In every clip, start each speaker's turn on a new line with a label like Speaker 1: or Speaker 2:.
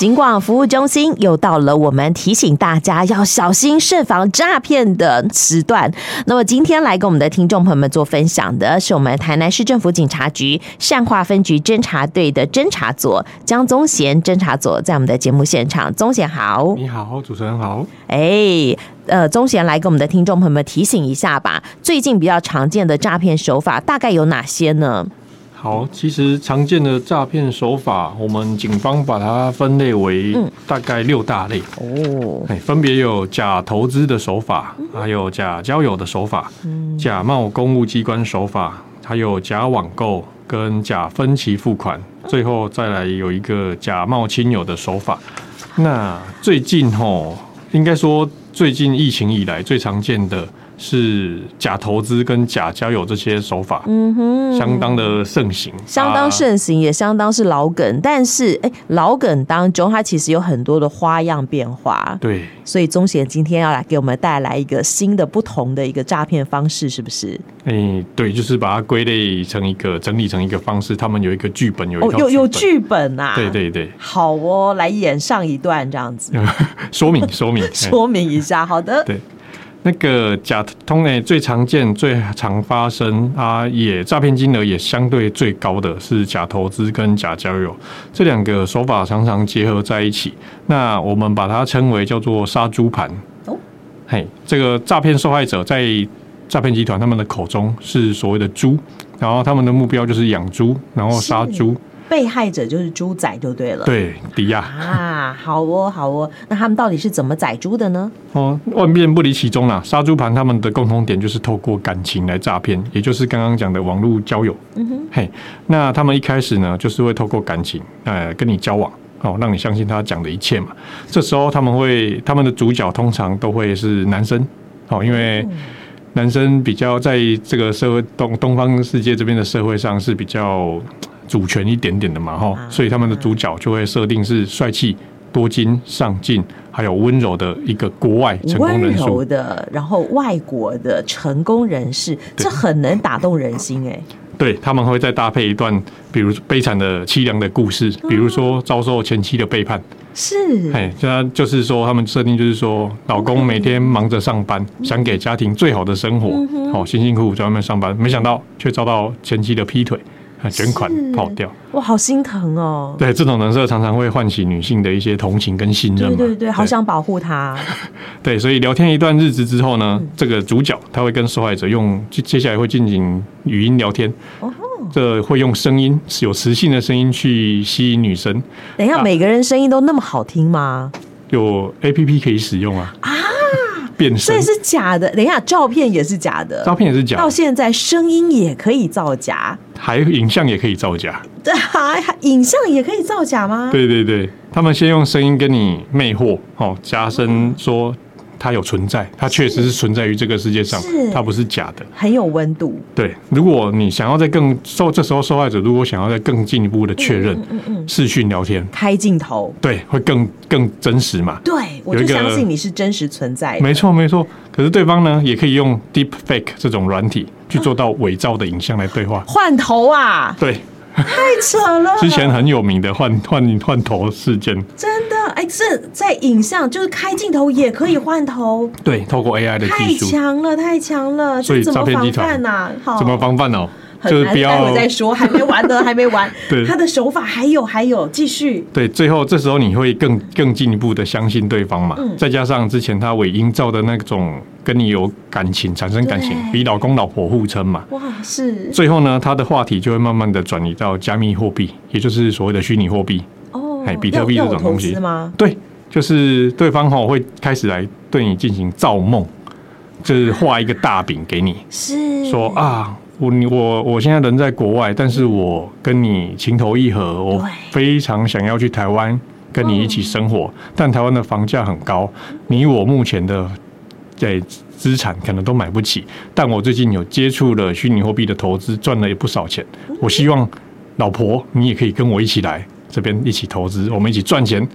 Speaker 1: 警广服务中心又到了我们提醒大家要小心慎防诈骗的时段。那么今天来跟我们的听众朋友们做分享的是我们台南市政府警察局善化分局侦查队的侦查组江宗贤侦查组在我们的节目现场，宗贤好，
Speaker 2: 你好，主持人好。
Speaker 1: 哎。呃，宗贤来给我们的听众朋友们提醒一下吧，最近比较常见的诈骗手法大概有哪些呢？
Speaker 2: 好，其实常见的诈骗手法，我们警方把它分类为
Speaker 1: 嗯
Speaker 2: 大概六大类，
Speaker 1: 哦，
Speaker 2: 哎，分别有假投资的手法，还有假交友的手法，
Speaker 1: 嗯
Speaker 2: 假冒公务机关手法，还有假网购跟假分期付款，最后再来有一个假冒亲友的手法。那最近吼，应该说最近疫情以来最常见的是假投资跟假交友这些手法，
Speaker 1: 嗯哼，
Speaker 2: 相当的盛行，
Speaker 1: 相当
Speaker 2: 啊。
Speaker 1: 盛行，也相当是老梗。但是，哎，老梗当中它其实有很多的花样变化，
Speaker 2: 对，
Speaker 1: 所以宗贤今天要来给我们带来一个新的、不同的一个诈骗方式，是不是？
Speaker 2: 诶、哎对，就是把它归类成一个整理成一个方式，他们有一个剧本，有一
Speaker 1: 哦，
Speaker 2: 套
Speaker 1: 有有
Speaker 2: 本
Speaker 1: 剧本啊，
Speaker 2: 对，对对，
Speaker 1: 好哦，来演上一段这样子，
Speaker 2: 说明说 明哎
Speaker 1: 说明一下。好的，
Speaker 2: 对，那个假通诶最常见、最常发生啊，也诈骗金额也相对最高的是假投资跟假交友这两个手法常常结合在一起，那我们把它称为叫做杀猪盘。
Speaker 1: 哦
Speaker 2: 嘿，这个诈骗受害者在诈骗集团他们的口中是所谓的猪，然后他们的目标就是养猪，然后杀
Speaker 1: 是
Speaker 2: 猪，
Speaker 1: 被害者就是猪仔就对了。
Speaker 2: 对，抵押。
Speaker 1: 啊，好哦，好哦，那他们到底是怎么宰猪的呢？
Speaker 2: 哦，万变不离其宗啦。杀猪盘他们的共同点就是透过感情来诈骗，也就是刚刚讲的网络交友。嗯哼，嘿，那他们一开始呢，就是会透过感情，呃，跟你交往，哦，让你相信他讲的一切嘛。这时候他们会，他们的主角通常都会是男生，哦，因为
Speaker 1: 嗯
Speaker 2: 男生比较在这个社会东东方世界这边的社会上是比较主权一点点的嘛，哈
Speaker 1: 啊，
Speaker 2: 所以他们的主角就会设定是帅气、多金、上进，还有温柔的一个国外成功
Speaker 1: 温
Speaker 2: 人
Speaker 1: 柔
Speaker 2: 数。
Speaker 1: 的，然后外国的成功人士，这很能打动人心哎、
Speaker 2: 对，他们会再搭配一段，比如悲惨的、凄凉的故事，比如说遭受前妻的背叛。
Speaker 1: 是，
Speaker 2: 哎，这就是说，他们设定就是说，老公每天忙着上班，
Speaker 1: 嗯
Speaker 2: 想给家庭最好的生活，好辛辛苦苦在外面上班，没想到却遭到前妻的劈腿，啊卷款
Speaker 1: 是
Speaker 2: 跑掉。
Speaker 1: 哇，好心疼哦。
Speaker 2: 对，这种人设常常会唤起女性的一些同情跟信任
Speaker 1: 对
Speaker 2: 嘛。
Speaker 1: 对对，好想保护 他。
Speaker 2: 对，所以聊天一段日子之后呢，
Speaker 1: 嗯
Speaker 2: 这个主角他会跟受害者用接接下来会进行语音聊天，
Speaker 1: 哦，
Speaker 2: 这会用声音有磁性的声音去吸引女生，
Speaker 1: 等一下，
Speaker 2: 啊
Speaker 1: 每个人声音都那么好听吗？
Speaker 2: 有 A P P 可以使用啊啊，变
Speaker 1: 所
Speaker 2: 声
Speaker 1: 以是假的。等一下，照片也是假的，
Speaker 2: 照片也是假
Speaker 1: 到
Speaker 2: 的，
Speaker 1: 现在声音也可以造假，
Speaker 2: 还影像也可以造假。
Speaker 1: 对还还影像也可以造假吗？
Speaker 2: 对对对，他们先用声音跟你魅惑，哦，加深说他有存在，他确实是存在于这个世界上
Speaker 1: 是，
Speaker 2: 他不是假的。
Speaker 1: 很有温度。
Speaker 2: 对，如果你想要在更受这时候受害者如果想要在更进一步的确认，
Speaker 1: 嗯
Speaker 2: 视讯聊天，
Speaker 1: 开镜头，
Speaker 2: 对，会更更真实嘛？
Speaker 1: 对我
Speaker 2: 有
Speaker 1: 就
Speaker 2: 一个
Speaker 1: 相信你是真实存在的。
Speaker 2: 没错没错。可是对方呢，也可以用 Deep Fake 这种软体去做到伪造的影像来对话。
Speaker 1: 换头啊，
Speaker 2: 对，
Speaker 1: 太扯了！
Speaker 2: 之前很有名的换换换头事件，
Speaker 1: 真的，哎，这在影像就是开镜头也可以换头，
Speaker 2: 对，透过 AI 的
Speaker 1: 太
Speaker 2: 技术，
Speaker 1: 强了，太强了！
Speaker 2: 所以
Speaker 1: 这怎么
Speaker 2: 诈骗
Speaker 1: 防
Speaker 2: 集团
Speaker 1: 范呐、好，
Speaker 2: 怎么防范哦？就
Speaker 1: 很
Speaker 2: 是
Speaker 1: 难，待会
Speaker 2: 不要
Speaker 1: 再说，还没完呢，还没完。
Speaker 2: 对
Speaker 1: 他的手法还有还有，继续。
Speaker 2: 对，最后这时候你会更更进一步的相信对方嘛？
Speaker 1: 嗯
Speaker 2: 再加上之前他伪营造的那种跟你有感情、产生感情，
Speaker 1: 对
Speaker 2: 比老公老婆互称嘛。
Speaker 1: 哇，是
Speaker 2: 最后呢，他的话题就会慢慢的转移到加密货币，也就是所谓的虚拟货币。
Speaker 1: 哦
Speaker 2: 哎，比特币
Speaker 1: 要
Speaker 2: 这种
Speaker 1: 要有投
Speaker 2: 东西
Speaker 1: 资吗？
Speaker 2: 对，就是对方吼会开始来对你进行造梦，就是画一个大饼给你，
Speaker 1: 是
Speaker 2: 说啊，我你我我现在人在国外，但是我跟你情投意合，我
Speaker 1: 对
Speaker 2: 非常想要去台湾跟你一起生活，但台湾的房价很高，你我目前的在资产可能都买不起，但我最近有接触了虚拟货币的投资，赚了也不少钱，我希望老婆你也可以跟我一起来这边一起投资，我们一起赚钱。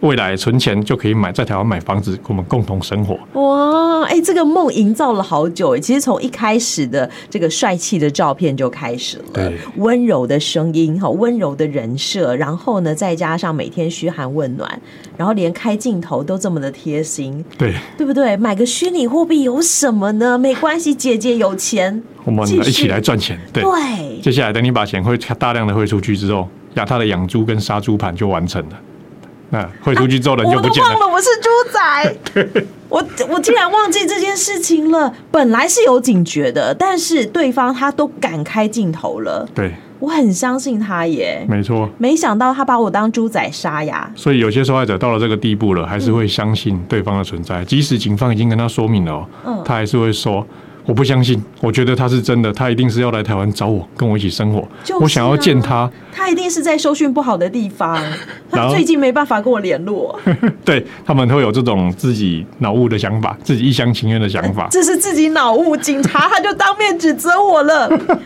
Speaker 2: 未来存钱就可以买在台湾买房子，我们共同生活。
Speaker 1: 哇，哎、这个梦营造了好久哎，其实从一开始的这个帅气的照片就开始了
Speaker 2: 对，
Speaker 1: 温柔的声音，好温柔的人设，然后呢，再加上每天嘘寒问暖，然后连开镜头都这么的贴心，
Speaker 2: 对，
Speaker 1: 对不对？买个虚拟货币有什么呢？没关系，姐姐有钱，
Speaker 2: 我们
Speaker 1: 继续
Speaker 2: 一起来赚钱。对，
Speaker 1: 对，
Speaker 2: 接下来等你把钱汇大量的汇出去之后，亚它的养猪跟杀猪盘就完成了。那汇出去之后人就
Speaker 1: 我
Speaker 2: 不
Speaker 1: 都
Speaker 2: 见了。
Speaker 1: 忘了我是猪 仔，我我竟然忘记这件事情了。本来是有警觉的，但是对方他都敢开镜头了，
Speaker 2: 对，
Speaker 1: 我很相信他耶。
Speaker 2: 没错。
Speaker 1: 没想到他把我当猪仔杀呀！
Speaker 2: 所以有些受害者到了这个地步了，还是会相信对方的存在，即使警方已经跟他说明了哦、
Speaker 1: 嗯
Speaker 2: 他还是会说。我不相信，我觉得他是真的，他一定是要来台湾找我，跟我一起生活。
Speaker 1: 就是啊
Speaker 2: 我想要见他，
Speaker 1: 他一定是在收讯不好的地 方，
Speaker 2: 然
Speaker 1: 他
Speaker 2: 后
Speaker 1: 最近没办法跟我联 络，
Speaker 2: 对他们会有这种自己脑雾的想法，自己一厢情愿的想法。
Speaker 1: 这是自己脑雾。警察他就当面指责我了，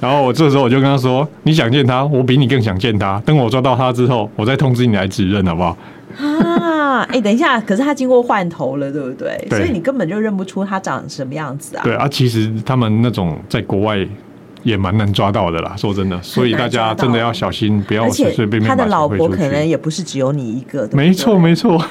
Speaker 2: 然后我这时候我就跟他说：“你想见他，我比你更想见他。等我抓到他之后，我再通知你来指认，好不好
Speaker 1: 啊，哎、等一下，可是他经过换头了，对不对？
Speaker 2: 对
Speaker 1: 所以你根本就认不出他长什么样子啊？”。
Speaker 2: 对啊，其实他们那种在国外也蛮难抓到的啦，说真的，所以大家真的要小心，不要
Speaker 1: 而且
Speaker 2: 随随便
Speaker 1: 他
Speaker 2: 便把
Speaker 1: 的
Speaker 2: 钱
Speaker 1: 老
Speaker 2: 汇
Speaker 1: 婆
Speaker 2: 出
Speaker 1: 可能
Speaker 2: 去。
Speaker 1: 也不是只有你一个，对不对
Speaker 2: 没错，没错，
Speaker 1: 啊！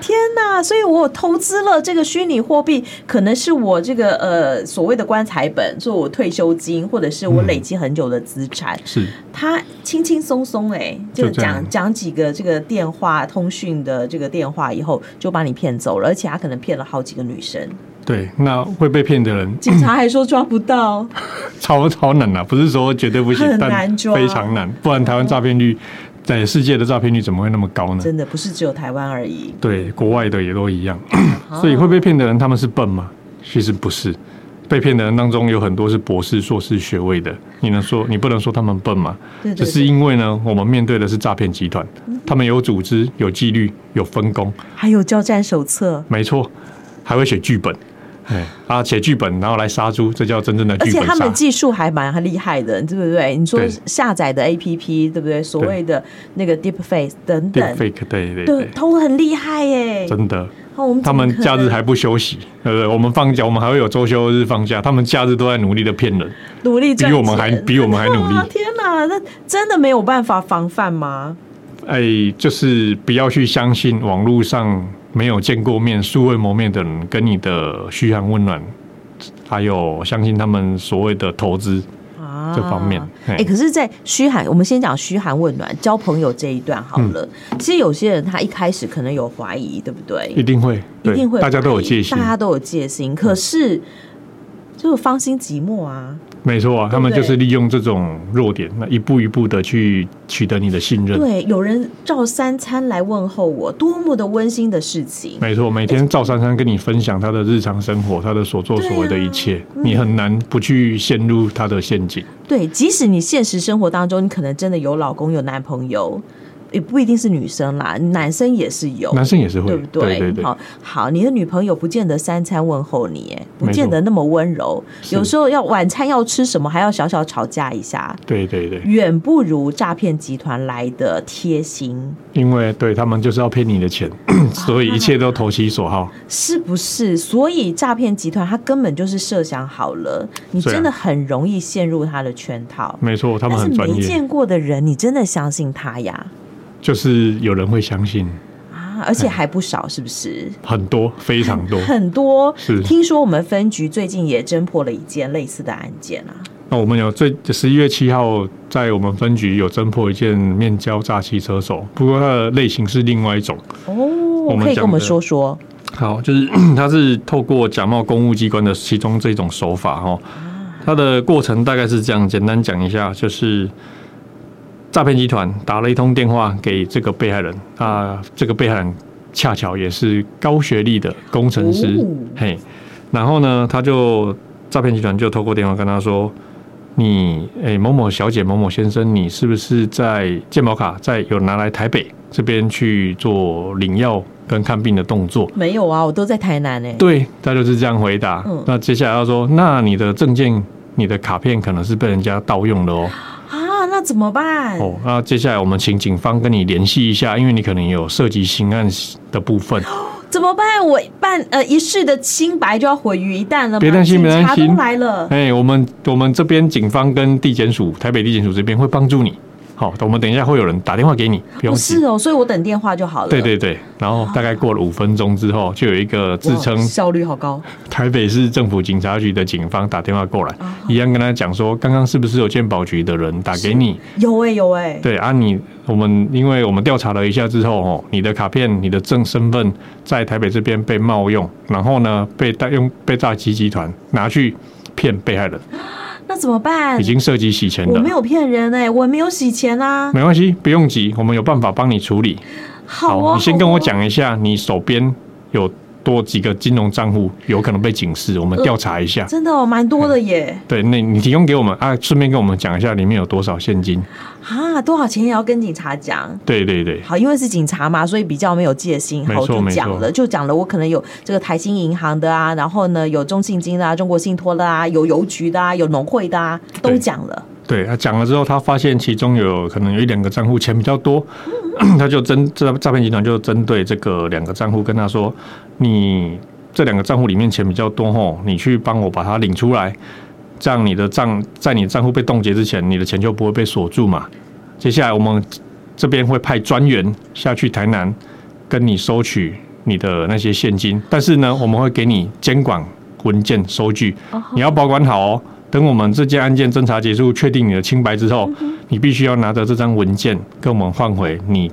Speaker 1: 天哪！所以我投资了这个虚拟货币，可能是我这个呃所谓的棺材本，做我退休金，或者是我累积很久的资产。
Speaker 2: 是
Speaker 1: 他轻轻松松哎，就
Speaker 2: 就这样
Speaker 1: 讲讲几个这个电话通讯的这个电话以后，就把你骗走了，而且他可能骗了好几个女生。
Speaker 2: 对。那会被骗 的人
Speaker 1: 警察还说抓不 到，
Speaker 2: 超超难啦，不是说绝对不行
Speaker 1: 很，难
Speaker 2: 但
Speaker 1: 抓
Speaker 2: 非常难，不然台湾诈骗率在世界的诈骗率怎么会那么高呢？
Speaker 1: 真的不是只有台湾而已。
Speaker 2: 对，国外的也都一样。
Speaker 1: 嗯
Speaker 2: 所
Speaker 1: 哦
Speaker 2: 以会被骗的人，他们是笨吗？其实不是。被骗的人当中有很多是博士、硕士学位的，你能说你不能说他们笨吗？
Speaker 1: 对对
Speaker 2: 只是
Speaker 1: 对嗯
Speaker 2: 因为呢，我们面对的是诈骗集团，他们有组织、有纪律、有分工，
Speaker 1: 还有交战手册，
Speaker 2: 没错，还会写剧本，哎啊，写剧本然后来杀猪，这叫真正的
Speaker 1: 而
Speaker 2: 剧
Speaker 1: 且
Speaker 2: 本
Speaker 1: 他们
Speaker 2: 杀。
Speaker 1: 技术还蛮厉害的，对不对？你说
Speaker 2: 对
Speaker 1: 下载的 APP，对不对？所谓的那个 Deep Face 等等，
Speaker 2: fake，对
Speaker 1: 对
Speaker 2: 对对，，
Speaker 1: 都很厉害耶。
Speaker 2: 真的。
Speaker 1: 哦，我们
Speaker 2: 他
Speaker 1: 怎么
Speaker 2: 们
Speaker 1: 可
Speaker 2: 假日
Speaker 1: 能
Speaker 2: 还不休息，对不对？我们放假，我们还会有周休日放假，他们假日都在努力的骗人。
Speaker 1: 努力赚
Speaker 2: 比我们还
Speaker 1: 钱
Speaker 2: 比我们还努力
Speaker 1: 哇 天哪，那真的没有办法防范吗？
Speaker 2: 哎，就是不要去相信网络上没有见过面、素未谋面的人跟你的嘘寒问暖，还有相信他们所谓的投资。
Speaker 1: 啊，
Speaker 2: 这方面
Speaker 1: 哎、
Speaker 2: 嘿
Speaker 1: 可是，在嘘寒，我们先讲嘘寒问暖、交朋友这一段好了。
Speaker 2: 嗯
Speaker 1: 其实有些人他一开始可能有怀疑，对不对？
Speaker 2: 一定会，
Speaker 1: 一
Speaker 2: 对哎
Speaker 1: 定会怀疑，
Speaker 2: 大家都有戒心嗯
Speaker 1: 大，家都有戒心。可是，就是芳心寂寞啊，
Speaker 2: 没错啊，他们
Speaker 1: 对
Speaker 2: 就是利用这种弱点，那一步一步的去取得你的信任。
Speaker 1: 对，有人照三餐来问候我，多么的温馨的事情。
Speaker 2: 没错，每天赵珊珊跟你分享她的日常生活，她的所作所为的一切，你很难不去陷入她的陷阱。
Speaker 1: 对，即使你现实生活当中，你可能真的有老公有男朋友，也不一定是女生啦，男生也是有。
Speaker 2: 男生也是会，
Speaker 1: 对不
Speaker 2: 哦对对对
Speaker 1: 好好，你的女朋友不见得三餐问候你，哎，不见
Speaker 2: 没错
Speaker 1: 得那么温柔，
Speaker 2: 是
Speaker 1: 有时候要晚餐要吃什么，还要小小吵架一下，
Speaker 2: 对对对，
Speaker 1: 远不如诈骗集团来的贴心，
Speaker 2: 因为对他们就是要骗你的钱，
Speaker 1: 哦
Speaker 2: 所以一切都投其所好。
Speaker 1: 是不是？所以诈骗集团他根本就是设想好了，你
Speaker 2: 对啊
Speaker 1: 真的很容易陷入他的圈套。
Speaker 2: 没错，他们
Speaker 1: 但是
Speaker 2: 很专
Speaker 1: 没
Speaker 2: 业，
Speaker 1: 见过的人，你真的相信他呀？
Speaker 2: 就是有人会相信，
Speaker 1: 啊，而且还不少，是不是？
Speaker 2: 很多非 常多。
Speaker 1: 很多
Speaker 2: 哎是，
Speaker 1: 听说我们分局最近也侦破了一件类似的案件啊。
Speaker 2: 那我们有最十一月七号在我们分局有侦破一件面交诈欺车手，不过它的类型是另外一种。
Speaker 1: 哦，
Speaker 2: 们
Speaker 1: 可以
Speaker 2: 讲的
Speaker 1: 跟我们说说
Speaker 2: 好，就是 它是透过假冒公务机关的其中这种手法哦。它的过程大概是这样，简单讲一下，就是诈骗集团打了一通电话给这个被害人，啊，这个被害人恰巧也是高学历的工程师，
Speaker 1: 哦
Speaker 2: 嘿，然后呢，他就诈骗集团就透过电话跟他说。你诶、某某小姐、某某先生，你是不是在健保卡在有拿来台北这边去做领药跟看病的动作？
Speaker 1: 没有啊？我都在台南呢、
Speaker 2: 对，他就是这样回答。
Speaker 1: 嗯
Speaker 2: 那接下来他说，那你的证件、你的卡片可能是被人家盗用的哦。
Speaker 1: 啊，那怎么办？
Speaker 2: 哦，那接下来我们请警方跟你联系一下，因为你可能有涉及刑案的部分。
Speaker 1: 怎么办？我办呃一世的清白就要毁于一旦了吗？
Speaker 2: 别担心，别担
Speaker 1: 警察
Speaker 2: 心
Speaker 1: 都，来了，
Speaker 2: 哎、我们我们这边警方跟地检署，台北地检署这边会帮助你。好，我们等一下会有人打电话给你，不用
Speaker 1: 不
Speaker 2: 急
Speaker 1: 是。哦，所以我等电话就好了。
Speaker 2: 对对对，然后大概过了五分钟之后，就有一个自
Speaker 1: 哇，
Speaker 2: 称
Speaker 1: 效率好高，
Speaker 2: 台北市政府警察局的警方打电话过
Speaker 1: 哦
Speaker 2: 来，一样跟他讲说，刚刚是不是有鉴宝局的人打给你？
Speaker 1: 有哎、有哎、
Speaker 2: 对啊你，我们因为我们调查了一下之后，哦，你的卡片、你的证身份在台北这边被冒用，然后呢被大用被诈欺集团拿去骗被害人，
Speaker 1: 那怎么办？
Speaker 2: 已经涉及洗钱
Speaker 1: 我
Speaker 2: 的
Speaker 1: 没。有骗人哎、我没有洗钱啊。
Speaker 2: 没关系，不用急，我们有办法帮你处理。
Speaker 1: 好哦，
Speaker 2: 你先跟
Speaker 1: 好哦
Speaker 2: 我。讲一下，你手边有多几个金融账户有可能被警示，我们
Speaker 1: 呃
Speaker 2: 调查一下。
Speaker 1: 真的哦，蛮多的耶！
Speaker 2: 对，那你提供给我们啊，顺便跟我们讲一下里面有多少现金。
Speaker 1: 啊，多少钱也要跟警察讲。
Speaker 2: 对对对，
Speaker 1: 好，因为是警察嘛，所以比较没有戒心，
Speaker 2: 没
Speaker 1: 好
Speaker 2: 错
Speaker 1: 就
Speaker 2: 没
Speaker 1: 讲
Speaker 2: 错
Speaker 1: 了，就讲了。我可能有这个台新银行的啊，然后呢有中信金的啊，中国信托的啊，有邮局的啊，有农会的啊，都
Speaker 2: 对
Speaker 1: 讲了。
Speaker 2: 对他讲了之后，他发现其中有可能有一两个账户钱比较多， 他就针这诈骗集团就针对这个两个账户跟他说，你这两个账户里面钱比较多吼，你去帮我把它领出来，这样你的账在你的账户被冻结之前，你的钱就不会被锁住嘛。接下来我们这边会派专员下去台南跟你收取你的那些现金，但是呢，我们会给你监管文件收据，你要保管好哦。等我们这件案件侦查结束，确定你的清白之后，
Speaker 1: 嗯
Speaker 2: 你必须要拿着这张文件跟我们换回你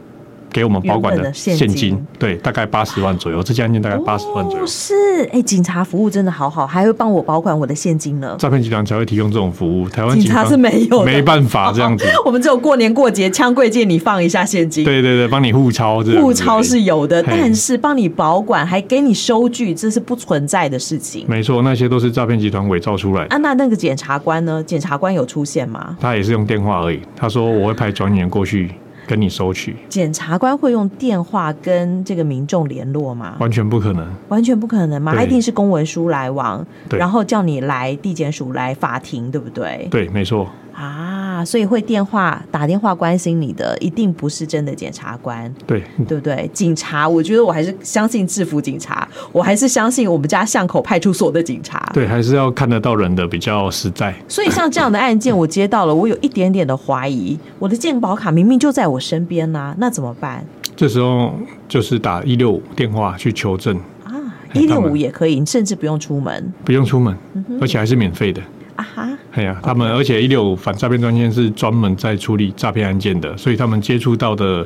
Speaker 2: 给我们保管
Speaker 1: 原本
Speaker 2: 的
Speaker 1: 的现
Speaker 2: 现
Speaker 1: 金
Speaker 2: 金，对，大概八十万左右。这件案件大概八十万左右
Speaker 1: 哦，，是哎、警察服务真的好好，还会帮我保管我的现金呢。
Speaker 2: 诈骗集团才会提供这种服务。台湾
Speaker 1: 警
Speaker 2: 警
Speaker 1: 察
Speaker 2: 方
Speaker 1: 是没有的
Speaker 2: 没办法这 样子。
Speaker 1: 我们只有过年过节，枪柜借你放一下现金。
Speaker 2: 对啊对对，帮你互抄这样子
Speaker 1: 物超是有的，
Speaker 2: 嘿
Speaker 1: 但是帮你保管还给你收据，这是不存在的事情。
Speaker 2: 没错，那些都是诈骗集团伪造出来的。
Speaker 1: 啊，那那个检察官呢？检察官有出现吗？
Speaker 2: 他也是用电话而已。他说我会派专员过去跟你收取，
Speaker 1: 检察官会用电话跟这个民众联络吗？
Speaker 2: 完全不可能。
Speaker 1: 完全不可能嘛，
Speaker 2: 对
Speaker 1: 他一定是公文书来往，
Speaker 2: 对
Speaker 1: 然后叫你来地检署来法庭，对不对？
Speaker 2: 对，没错，
Speaker 1: 啊，所以会电话打电话关心你的，一定不是真的检察官。
Speaker 2: 对，
Speaker 1: 对不对？警察，我觉得我还是相信制服警察，我还是相信我们家巷口派出所的警察。
Speaker 2: 对，还是要看得到人的比较实在。
Speaker 1: 所以像这样的案件，我接到了，我有一点点的怀疑，我的健保卡明明就在我身边呐、啊那怎么办
Speaker 2: 这时候就是打一六五电话去求证，
Speaker 1: 啊？一
Speaker 2: 哎他
Speaker 1: 六
Speaker 2: 们
Speaker 1: 五也可以，你甚至不用出门
Speaker 2: 不用出门，
Speaker 1: 嗯
Speaker 2: 而且还是免费的。
Speaker 1: 啊哈。
Speaker 2: 哎呀，他们而且一六五反诈骗专线是专门在处理诈骗案件的，所以他们接触到的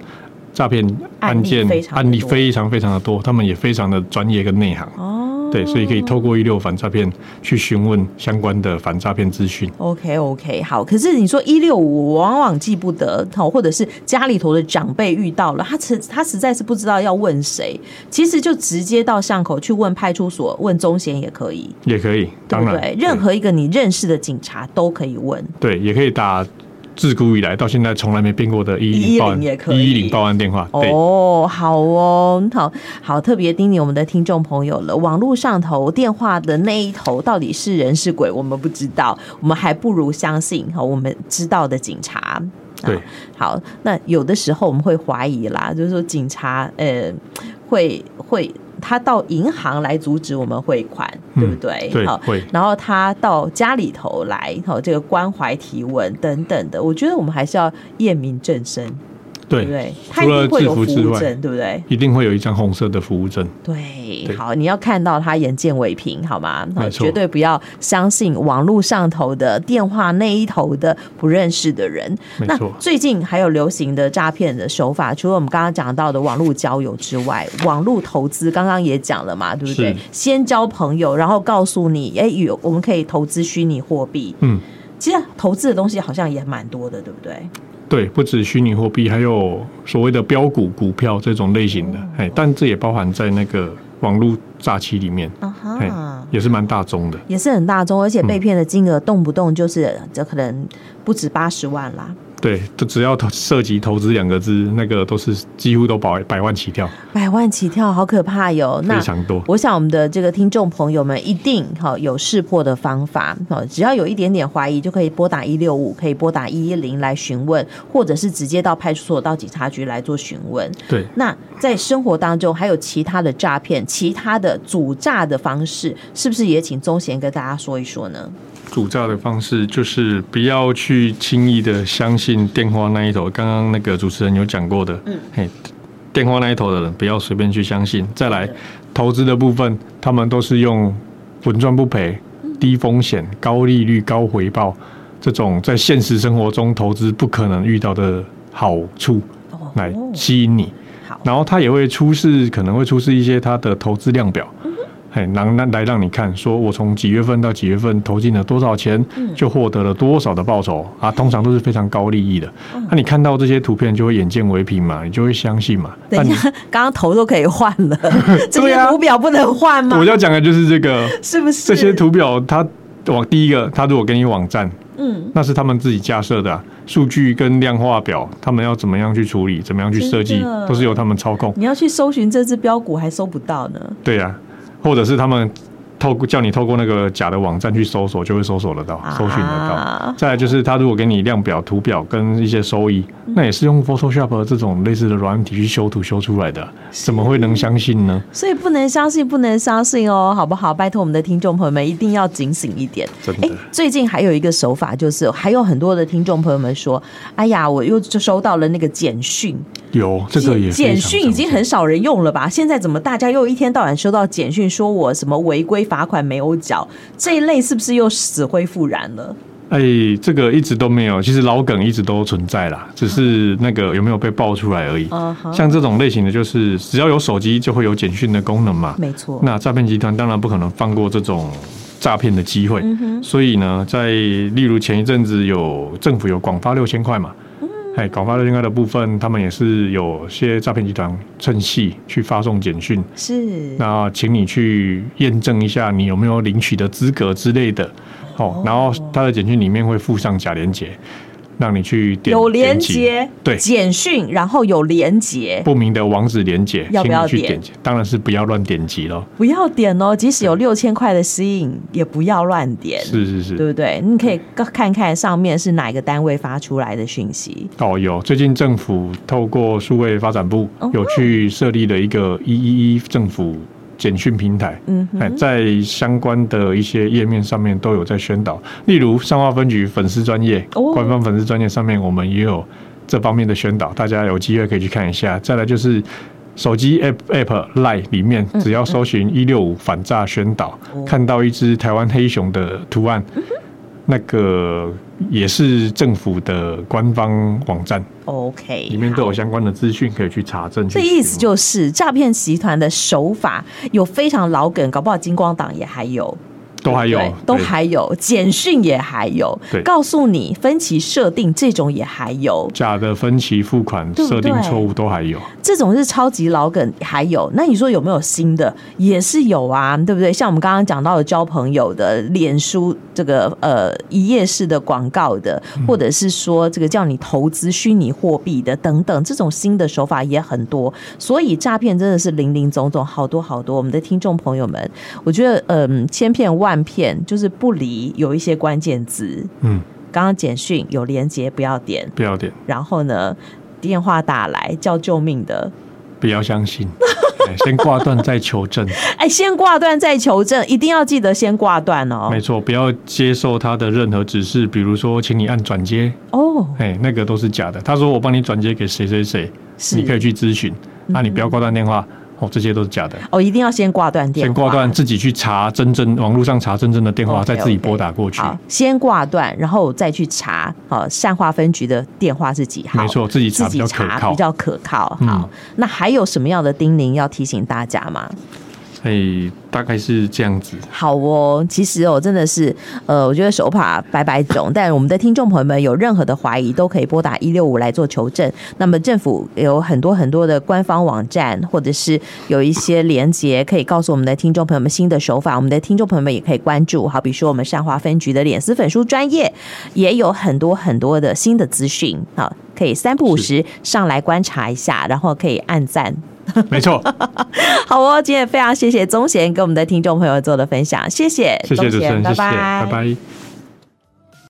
Speaker 2: 诈骗案件
Speaker 1: 案例非常的
Speaker 2: 案例
Speaker 1: 多
Speaker 2: 非常非常的多，他们也非常的专业跟内行。
Speaker 1: 哦，
Speaker 2: 对，所以可以透过一六反诈骗去询问相关的反诈骗资讯。
Speaker 1: OK OK，好。可是你说一六五，我往往记不得，好，或者是家里头的长辈遇到了，他实他实在是不知道要问谁，其实就直接到巷口去问派出所、问中贤也可以，
Speaker 2: 也可以，
Speaker 1: 对
Speaker 2: 当
Speaker 1: 不
Speaker 2: 然，
Speaker 1: 对？
Speaker 2: 嗯
Speaker 1: 任何一个你认识的警察都可以问。
Speaker 2: 对也可以打自古以来到现在从来没变过的110报案，
Speaker 1: 也可以
Speaker 2: 一一零报案电话，对，
Speaker 1: 哦，好哦，好好特别叮咛我们的听众朋友了。网络上头电话的那一头到底是人是鬼，我们不知道，我们还不如相信哈我们知道的警察。
Speaker 2: 对
Speaker 1: 啊好，那有的时候我们会怀疑啦，就是说警察呃会会他到银行来阻止我们汇款，
Speaker 2: 嗯
Speaker 1: 对不对？
Speaker 2: 对
Speaker 1: 好
Speaker 2: 会
Speaker 1: 然后他到家里头来，好这个关怀提问等等的，我觉得我们还是要验明正身。对不
Speaker 2: 对，
Speaker 1: 对？他一定会有服
Speaker 2: 除了制服之
Speaker 1: 务
Speaker 2: 外
Speaker 1: 证，对不对？
Speaker 2: 一定会有一张红色的服务证，
Speaker 1: 对，
Speaker 2: 对
Speaker 1: 好，你要看到他眼见为凭，好吗？好
Speaker 2: 没错
Speaker 1: 绝对不要相信网络上头的电话那一头的不认识的人。
Speaker 2: 没
Speaker 1: 那
Speaker 2: 错
Speaker 1: 最近还有流行的诈骗的手法，除了我们刚刚讲到的网络交友之外，网络投资刚刚也讲了嘛，对不对
Speaker 2: 是？
Speaker 1: 先交朋友，然后告诉你，哎，有我们可以投资虚拟货币。
Speaker 2: 嗯，
Speaker 1: 其实投资的东西好像也蛮多的，对不对？
Speaker 2: 对，不止虚拟货币，还有所谓的标股股票这种类型
Speaker 1: 哦
Speaker 2: 的，哎，但这也包含在那个网络诈欺里面，
Speaker 1: 啊
Speaker 2: 哎
Speaker 1: 哈，。
Speaker 2: 也是蛮大众的，
Speaker 1: 呃也是很大众，而且被骗的金额动不动就是这可能不止八十万啦，
Speaker 2: 对，就只要投涉及投资两个字，那个都是几乎都百百万起跳，
Speaker 1: 百万起跳，好可怕哟！那
Speaker 2: 非常多
Speaker 1: 我想我们的这个听众朋友们一定好有识破的方法，好，只要有一点点怀疑，就可以拨打一六五，可以拨打一一零来询问，或者是直接到派出所、到警察局来做询问。
Speaker 2: 对。
Speaker 1: 那在生活当中还有其他的诈骗、其他的阻诈的方式，是不是也请宗贤跟大家说一说呢？
Speaker 2: 主诈的方式就是不要去轻易的相信电话那一头。刚刚那个主持人有讲过的，
Speaker 1: 嗯
Speaker 2: 嘿，电话那一头的人不要随便去相信。再来，投资的部分，他们都是用稳赚不赔、
Speaker 1: 嗯
Speaker 2: 低风险、高利率、高回报这种在现实生活中投资不可能遇到的好处
Speaker 1: 哦
Speaker 2: 来吸引你。
Speaker 1: 好，
Speaker 2: 然后它也会出示，可能会出示一些它的投资量表，
Speaker 1: 嗯
Speaker 2: 嘿，让那来让你看，说我从几月份到几月份投进了多少钱，
Speaker 1: 嗯
Speaker 2: 就获得了多少的报酬啊，通常都是非常高利益的。那、
Speaker 1: 嗯
Speaker 2: 你看到这些图片就会眼见为凭嘛，你就会相信嘛。那
Speaker 1: 等一
Speaker 2: 你
Speaker 1: 下，刚刚头都可以换 了，这
Speaker 2: 对
Speaker 1: 些
Speaker 2: 啊
Speaker 1: 图表不能换吗？
Speaker 2: 我要讲的就是这个，
Speaker 1: 是不是？
Speaker 2: 这些图表它往第一个，它如果给你网站，
Speaker 1: 嗯，
Speaker 2: 那是他们自己架设的啊、数据跟量化表，他们要怎么样去处理，怎么样去设计
Speaker 1: 真的，
Speaker 2: 都是由他们操控。
Speaker 1: 你要去搜寻这只标股还搜不到呢。
Speaker 2: 对呀、或者是他们透过叫你透过那个假的网站去搜索，就会搜索得到，搜寻得
Speaker 1: 啊
Speaker 2: 到。再来就是他如果给你量表、图表跟一些收益，
Speaker 1: 嗯
Speaker 2: 那也是用 Photoshop 这种类似的软体去修图修出来的，怎么会能相信呢？
Speaker 1: 所以不能相信，不能相信哦，好不好？拜托我们的听众朋友们一定要警醒一点。
Speaker 2: 真
Speaker 1: 哎，最近还有一个手法，就是还有很多的听众朋友们说：“哎呀，我又就收到了那个简讯，
Speaker 2: 有这个也
Speaker 1: 简
Speaker 2: 非
Speaker 1: 简
Speaker 2: 常
Speaker 1: 讯已经很少人用了吧？现在怎么大家又一天到晚收到简讯，说我什么违规罚款没有缴这一类，是不是又死灰复燃了？
Speaker 2: 哎，这个一直都没有，其实老梗一直都存在啦，只是那个有没有被爆出来而已。
Speaker 1: 嗯哼
Speaker 2: 像这种类型的，就是只要有手机就会有简讯的功能嘛。
Speaker 1: 没错，
Speaker 2: 那诈骗集团当然不可能放过这种诈骗的机会，
Speaker 1: 嗯
Speaker 2: 所以呢，在例如前一阵子有政府有广发六千块嘛，
Speaker 1: 嗯
Speaker 2: 哎，广发六千块的部分，他们也是有些诈骗集团趁隙去发送简讯，
Speaker 1: 是
Speaker 2: 那请你去验证一下你有没有领取的资格之类的，哦，然后他的简讯里面会附上假连接，让你去点
Speaker 1: 有连
Speaker 2: 点击
Speaker 1: 接，
Speaker 2: 对。
Speaker 1: 简讯，然后有连接，
Speaker 2: 不明的网址连接，
Speaker 1: 要不要
Speaker 2: 请你去
Speaker 1: 点
Speaker 2: 点击？当然是不要乱点击咯。
Speaker 1: 不要点哦，即使有六千块的吸引，也不要乱点，
Speaker 2: 是是是，
Speaker 1: 对不对？你可以看看上面是哪一个单位发出来的讯息。
Speaker 2: 哦，有，最近政府透过数位发展部
Speaker 1: 哦
Speaker 2: 有去设立了一个一一一政府简讯平台，
Speaker 1: 嗯
Speaker 2: 哎，在相关的一些页面上面都有在宣导，例如上化分局粉丝专业、
Speaker 1: 哦
Speaker 2: 官方粉丝专业上面，我们也有这方面的宣导，大家有机会可以去看一下。再来就是。手机 App App Line 里面，只要搜寻一六五反诈宣导，
Speaker 1: 嗯哦嗯
Speaker 2: 看到一只台湾黑熊的图案，那个也是政府的官方网站，
Speaker 1: OK，
Speaker 2: 里面都有相关的资讯可以去查证。
Speaker 1: 哎这
Speaker 2: 去询
Speaker 1: 意思
Speaker 2: 问
Speaker 1: 就是诈骗集团的手法有非常老梗，搞不好金光党也还有，
Speaker 2: 都还有
Speaker 1: 对，都还有，简讯也还有
Speaker 2: 对，
Speaker 1: 告诉你分歧设定这种也还有，
Speaker 2: 假的分期付款
Speaker 1: 对不
Speaker 2: 设定
Speaker 1: 对
Speaker 2: 错误都还有。
Speaker 1: 这种是超级老梗，还有那你说有没有新的？也是有啊，对不对？像我们刚刚讲到的交朋友的、脸书这个呃一页式的广告的，或者是说这个叫你投资虚拟货币的等等，这种新的手法也很多。所以诈骗真的是林林总总，好多好多。我们的听众朋友们，我觉得嗯，千骗万骗就是不离有一些关键字。
Speaker 2: 嗯，
Speaker 1: 刚刚简讯有连接，不要点。
Speaker 2: 不要点，
Speaker 1: 然后呢，电话打来叫救命的，
Speaker 2: 不要相信， 哎先挂断再求证。
Speaker 1: 哎，先挂断再求证，一定要记得先挂断哦
Speaker 2: 没。错，不要接受他的任何指示，比如说，请你按转接，
Speaker 1: 哦，
Speaker 2: 哎，那个都是假的。他说我帮你转接给谁谁谁，
Speaker 1: 是嗯
Speaker 2: 你可以去咨询。那你不要挂断电话，哦，这些都是假的。
Speaker 1: 哦，一定要先挂断电话。
Speaker 2: 先挂断，自己去查真正网络上查真正的电话，
Speaker 1: OK，
Speaker 2: 再自己拨打过去。
Speaker 1: 好，先挂断，然后再去查，好，善化分局的电话是几号？
Speaker 2: 没错自己查
Speaker 1: 自己
Speaker 2: 比较可
Speaker 1: 查
Speaker 2: 靠
Speaker 1: 比较可靠。
Speaker 2: 嗯
Speaker 1: 好，那还有什么样的叮咛要提醒大家吗？
Speaker 2: 所以哎大概是这样子。
Speaker 1: 好哦，其实哦，真的是，呃，我觉得手法百百种，但我们的听众朋友们有任何的怀疑，都可以拨打一六五来做求证。那么政府有很多很多的官方网站，或者是有一些连接，可以告诉我们的听众朋友们新的手法。我们的听众朋友们也可以关注，好比说我们善华分局的脸丝粉书专业，也有很多很多的新的资讯，好，可以三不五时上来观察一下，然后可以按赞。
Speaker 2: 没错，
Speaker 1: 好哦，今天非常谢谢宗贤跟我们的听众朋友做的分享，谢谢，
Speaker 2: 谢谢主持人，
Speaker 1: 宗贤
Speaker 2: 谢谢，拜拜。